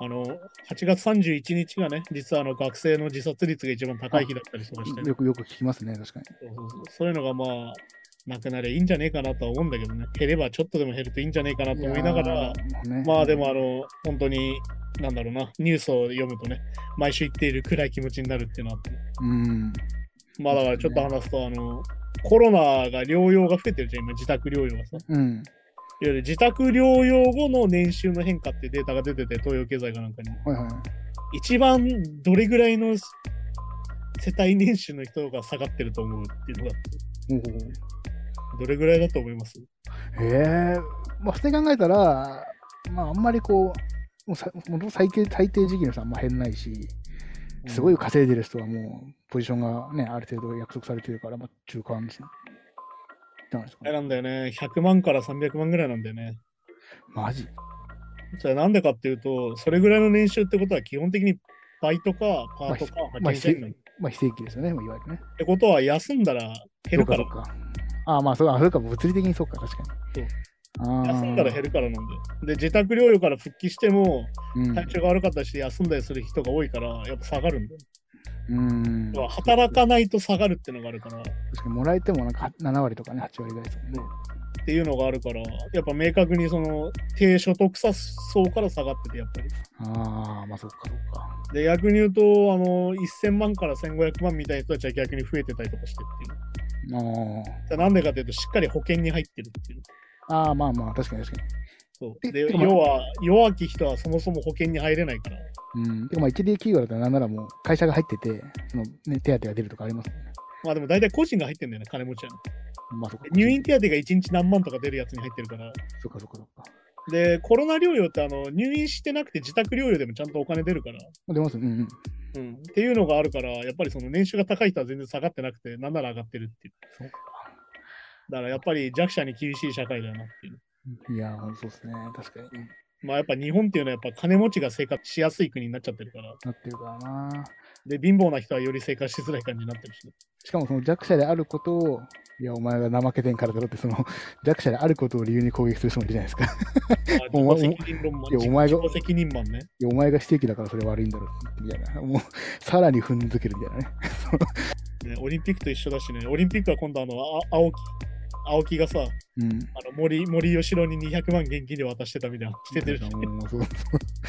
S2: あの、8月31日がね、実はあの学生の自殺率が一番高い日だったりしまして、ね、
S3: よくよく聞きますね確かに
S2: そうそうそうそういうのがまあ、なくなりゃいいんじゃねえかなとは思うんだけどね、減ればちょっとでも減るといいんじゃねえかなと思いながら、
S3: やーね
S2: まあでもあの、本当に、なんだろうな、ニュースを読むとね、毎週言っている暗い気持ちになるっていうのはあって、
S3: うん
S2: まあだからちょっと話すと、あの、コロナが療養が増えてるじゃん、今、自宅療養がさ。
S3: うん
S2: いわゆる自宅療養後の年収の変化っていうデータが出てて、東洋経済かなんかに。
S3: はいはい
S2: 一番どれぐらいの世帯年収の人が下がってると思うっていうのが、
S3: おー
S2: どれぐらいだと思います
S3: へえまあ普通に考えたらまああんまりこうもうさもう最低最低時期の人はあんま変ないしすごい稼いでる人はもうポジションがねある程度約束されてるから、まあ、中間ですねじゃないですか
S2: あれ
S3: ね
S2: なんだよね。100万から300万ぐらいなんだよね。
S3: マジ
S2: それなんでかっていうと、それぐらいの年収ってことは基本的にバイトかパートか
S3: ま
S2: 派
S3: あ
S2: 遣社員なんだよ
S3: まあ非正規ですよね、まあ、いわゆるね
S2: ってことは休んだら減るから
S3: そう、かそうかああまあそうかあそうか物理的にそうか確か
S2: そう
S3: にああ
S2: 休んだら減るからなんだよ。で、自宅療養から復帰しても
S3: うん
S2: 体調が悪かったりして休んだりする人が多いから、やっぱ下がるんだよ。
S3: うん
S2: 要は働かないと下がるっていうのがあるから。
S3: 確かにもらえてもなんか7割とかね8割ぐらいですもんね
S2: っていうのがあるから、やっぱ明確にその低所得者層から下がってて、やっぱり。
S3: ああまあそうかそうか
S2: で、逆に言うと、あの、1000万から1500万みたいな人たちは逆に増えてたりとかしてっていう。
S3: ああ
S2: じゃあなんでかっていうと、しっかり保険に入ってるっていう。
S3: ああ、まあまあ、確かに確か
S2: そう。
S3: え
S2: で、
S3: てかまあ
S2: 要は、弱き人はそもそも保険に入れないから。
S3: に。うん。てかまあ、一流企業だったらなんならもう、会社が入ってて、その、ね、手当が出るとかありますもんね。
S2: まあでも大体個人が入ってんだよね、金持ちはね。
S3: まあ、そっか。
S2: 入院手当が1日何万とか出るやつに入ってるから。
S3: そっかそっかそっか。
S2: で、コロナ療養って、あの、入院してなくて自宅療養でもちゃんとお金出るから。
S3: まあ、出ますうんうん。
S2: うん。っていうのがあるから、やっぱりその年収が高い人は全然下がってなくて、なんなら上がってるっていう。
S3: そうか。
S2: だからやっぱり弱者に厳しい社会だなっていう。
S3: いやー、ほんとそうですね。確かに。
S2: まあやっぱ日本っていうのはやっぱ金持ちが生活しやすい国になっちゃってるから。
S3: なってるからな。
S2: で、貧乏な人はより生活しづらい感じになってるし、ね。
S3: しかもその弱者であることを、いや、お前が怠けてんからだろって、その 弱者であることを理由に攻撃する人もいるじゃないですか。 い
S2: まあ
S3: お前
S2: 自己責任論マン。
S3: いやお前が
S2: 自己責任マンね。
S3: や、お前が非正規だからそれ悪いんだろ、みたいな。もう、さらに踏んづけるみたいな
S2: ね
S3: ね。
S2: オリンピックと一緒だしね。オリンピックは今度あの、あ青木。青木がさ、あ
S3: う
S2: の
S3: ん。
S2: 森森吉郎に200万現金で渡してたみたいなのしててるし、
S3: もうそうそう。
S2: あの
S3: そ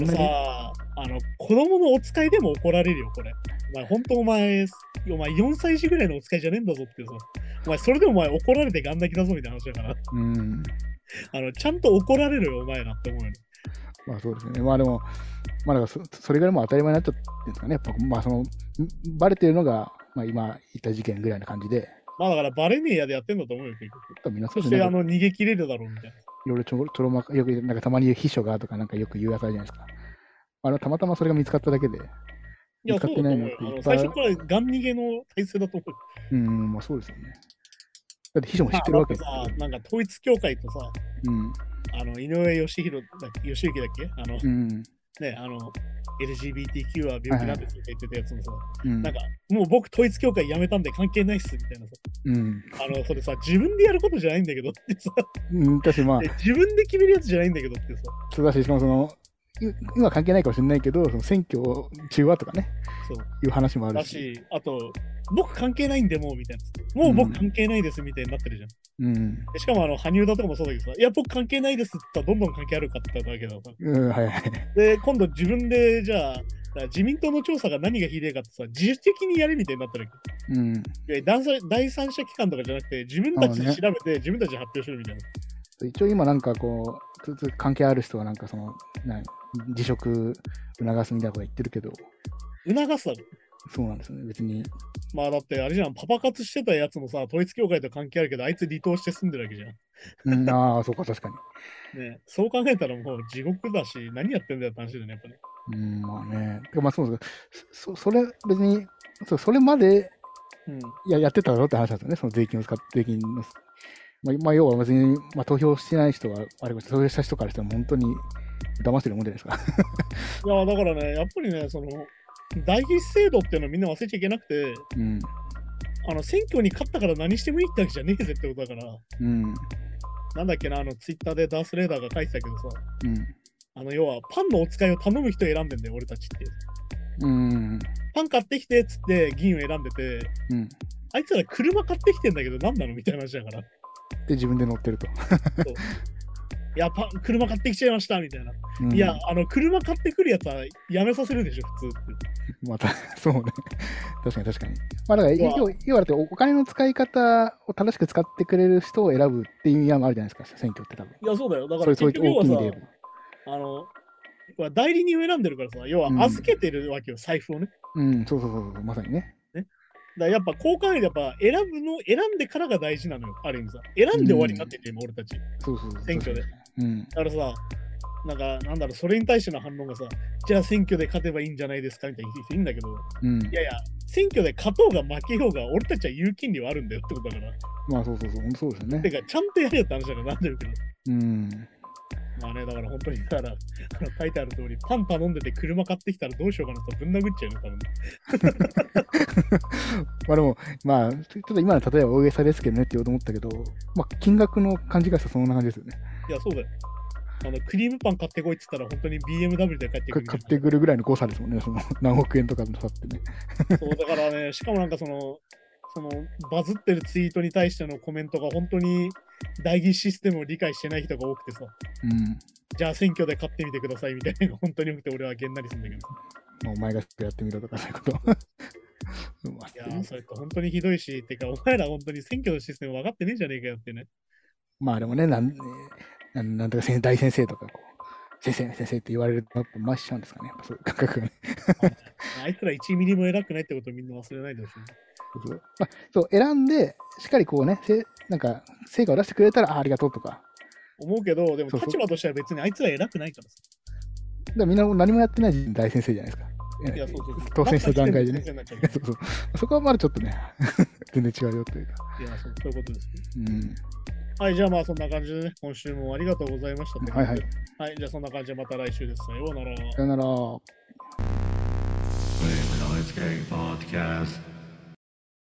S3: んなに
S2: さ、あの子供のお使いでも怒られるよ、これ。お前、本当お前、お前4歳児ぐらいのお使いじゃねえんだぞってさ。お前、それでもお前怒られてガン泣きだぞみたいな話だから。
S3: うん。
S2: あの、ちゃんと怒られるよ、お前らって思うよね。
S3: まあそうですね。まあでも、まあだからそそれぐらいもう当たり前になっちゃってるんですかね。やっぱまあその、んバレてるのが、まあ今言った事件ぐらいな感じで、
S2: まあだから、バレねえやでやってんだと思うよ、結局。
S3: 多分皆さ
S2: そ
S3: ん
S2: し
S3: ね
S2: て、
S3: な
S2: あ
S3: んか
S2: の、逃げ切れるだろうみたいな。
S3: いろいろちょろちょろまか、よく、なんかたまに言う秘書がとかなんかよく言うやつあるじゃないですか。あれはたまたまそれが見つかっただけで、
S2: いや、
S3: 使
S2: そう
S3: って
S2: だと
S3: ない
S2: 思
S3: の
S2: う
S3: って
S2: よ。あ
S3: い
S2: の
S3: っぱい
S2: 最初からガン逃げの体制だと思うよ。
S3: うん、まあそうですよね。だって秘書も知
S2: ま
S3: っ
S2: あ
S3: てるわけ
S2: だ
S3: です
S2: ってさ、なんか統一教会とさ、
S3: うん、
S2: あの、井上義弘だっけ、義行だっけあの、
S3: うん、
S2: ね、あの、LGBTQ は病気なんですって言ってたやつのさ、
S3: うん
S2: なん、か、もう僕統一教会辞めたんで関係ないっすみたいなさ。
S3: うん、
S2: あの、それさ、自分でやることじゃないんだけどってさ、
S3: うん、だしまあ、
S2: で自分で決めるやつじゃないんだけどってさ、
S3: そうだし、しかもその、い今関係ないかもしれないけど、その選挙中はとかね、
S2: そう。
S3: いう話もあ
S2: だ
S3: るし、
S2: し、あと、僕関係ないんでもうみたいな。もう
S3: うん
S2: 僕関係ないですみたいになってるじゃん。
S3: うん、
S2: でしかも、あの、羽生田とかもそうだけどさ、いや、僕関係ないですって言ったらどんどん関係あるかったわけだから
S3: うん、はいはい。
S2: で、今度自分で、じゃあ、だから自民党の調査が何がひでえかってさ、自主的にやれみたいになったら、
S3: うん
S2: いや第三第三者機関とかじゃなくて、自分たち
S3: あの
S2: で
S3: ね
S2: 調べて、自分たちで発表するみたいな。
S3: 一応今なんかこう、つつ関係ある人はなんかその、なん辞職促すみたいなこと言ってるけど、
S2: 促すだろ。
S3: そうなんですよね、別に。
S2: まあだってあれじゃん、パパ活してたやつもさ、統一教会と関係あるけど、あいつ離党して住んでるわけじゃん。
S3: うん、ああ、そうか、確か
S2: ね、そう考えたらもう地獄だし、何やってんだよって話だよね、やっぱね。
S3: に。うん、まあね。てかまあそうですそそれ、別に、そうそれまで
S2: うん。
S3: ややってただろうって話なんですよね、その税金を使って、税金の。まあ、まあ、要は別に、まあ、投票してない人は、あれこそ投票した人からしたら、本当に騙してるもんじゃないですか。
S2: いや、だからね、やっぱりね、その、大筆制度っていうのをみんな忘れちゃいけなくて、
S3: うん。
S2: あの、選挙に勝ったから何してもいいってわけじゃねえぜってことだから、
S3: うん。
S2: なんだっけな、あの、ツイッターでダースレーダーが書いてたけどさ、
S3: うん。
S2: あの、要は、パンのお使いを頼む人を選んでんだよ、俺たちって。
S3: うん。
S2: パン買ってきてっつって議員を選んでて、
S3: うん。
S2: あいつら車買ってきてんだけど何なのみたいな話だから。い
S3: で、自分で乗ってると。
S2: や、パン、車買ってきちゃいました、みたいな。
S3: うん
S2: いや、、あの、車買ってくるやつはやめさせるでしょ、普通って。
S3: また、 そうね。確かに確かに。まあだから、
S2: うわ
S3: 要要はだってお金の使い方を正しく使ってくれる人を選ぶっていう意味合いもあるじゃないですか、選挙って多分。
S2: いや、そうだよ。だか
S3: そ
S2: ら
S3: れ、そ
S2: 結
S3: ういう
S2: 局要
S3: 大
S2: は
S3: き
S2: さ
S3: い意味で、言えば。
S2: あの、まあ代理人を選んでるからさ、要は
S3: うん
S2: 預けてるわけよ、財布をね。だか
S3: うん、そうそうそうそう、まさにね。
S2: らやっぱ交換員やっぱ選ぶの、選んでからが大事なのよ、ある意味さ。選んで終わりになってて、今俺たち。
S3: そうそうそう。
S2: 選挙で。
S3: うん。
S2: だからさ、なんか、なんだろう、それに対しての反論がさ、じゃあ選挙で勝てばいいんじゃないですかみたいな人いるんだけど、
S3: うん
S2: い。やいや、選挙で勝とうが負けようが、俺たちは有権利はあるんだよってことだから。
S3: まあそうそうそう、本当そうですよ
S2: て
S3: ね。
S2: か、ちゃんとやれよって話だから、なんでるけど。
S3: うん。
S2: まあね、だから本当に、だから、あの書いてある通り、パン頼んでて車買ってきたらどうしようかなとぶん殴っちゃうよ、多分。
S3: まあでも、まあ、ちょっと今の例えば大げさですけどねって言おうと思ったけど、まあ金額の感じがしたらそんな感じですよね。
S2: いや、そうだよ。あの、クリームパン買ってこいって言ったら、本当に BMW で帰ってくる。
S3: 買ってくるぐらいの誤差ですもんね、その 何億円とかの差ってね。
S2: そう、だからね、しかもなんかその、その、バズってるツイートに対してのコメントが本当に、代議システムを理解してない人が多くてさ、
S3: うん。
S2: じゃあ選挙で買ってみてくださいみたいなのが本当に多くて、俺はげんなりするんだけど。
S3: まあ、お前がやってみろとかそういうこと。うま
S2: いやー、それって本当にひどいし、てか、お前ら本当に選挙のシステム分かってねえじゃねえかよってね。
S3: まあでもね、なんなんなんとか先大先生とかこう、先生、先生って言われると、やっぱましちゃうんですかね、やっぱそういう感覚がね。
S2: あいつら1ミリも偉くないってことをみんな忘れないでほしい。
S3: そう,、まあ、そう選んで、しっかりこうね、せなんか成果を出してくれたら、あありがとうとか、
S2: 思うけど、でも
S3: そうそう
S2: 立場としては別にあいつら偉くないからさ。
S3: だからみんな何もやってない大先生じゃないですか。
S2: いや、そうそうそう。
S3: 当選した段階でね
S2: 当選した段階でね
S3: そうそうそこはまだちょっとね、 全然違うよというか。
S2: いや、そうそういうことです。
S3: うん。
S2: はい、じゃあまあそんな感じでね、今週もありがとうございましたって
S3: はい
S2: 感
S3: は
S2: じ
S3: い
S2: で。。はい、じゃあそんな感じでまた来週です。さようなら。
S3: さよなら。
S1: Wave Noise Gang Podcast.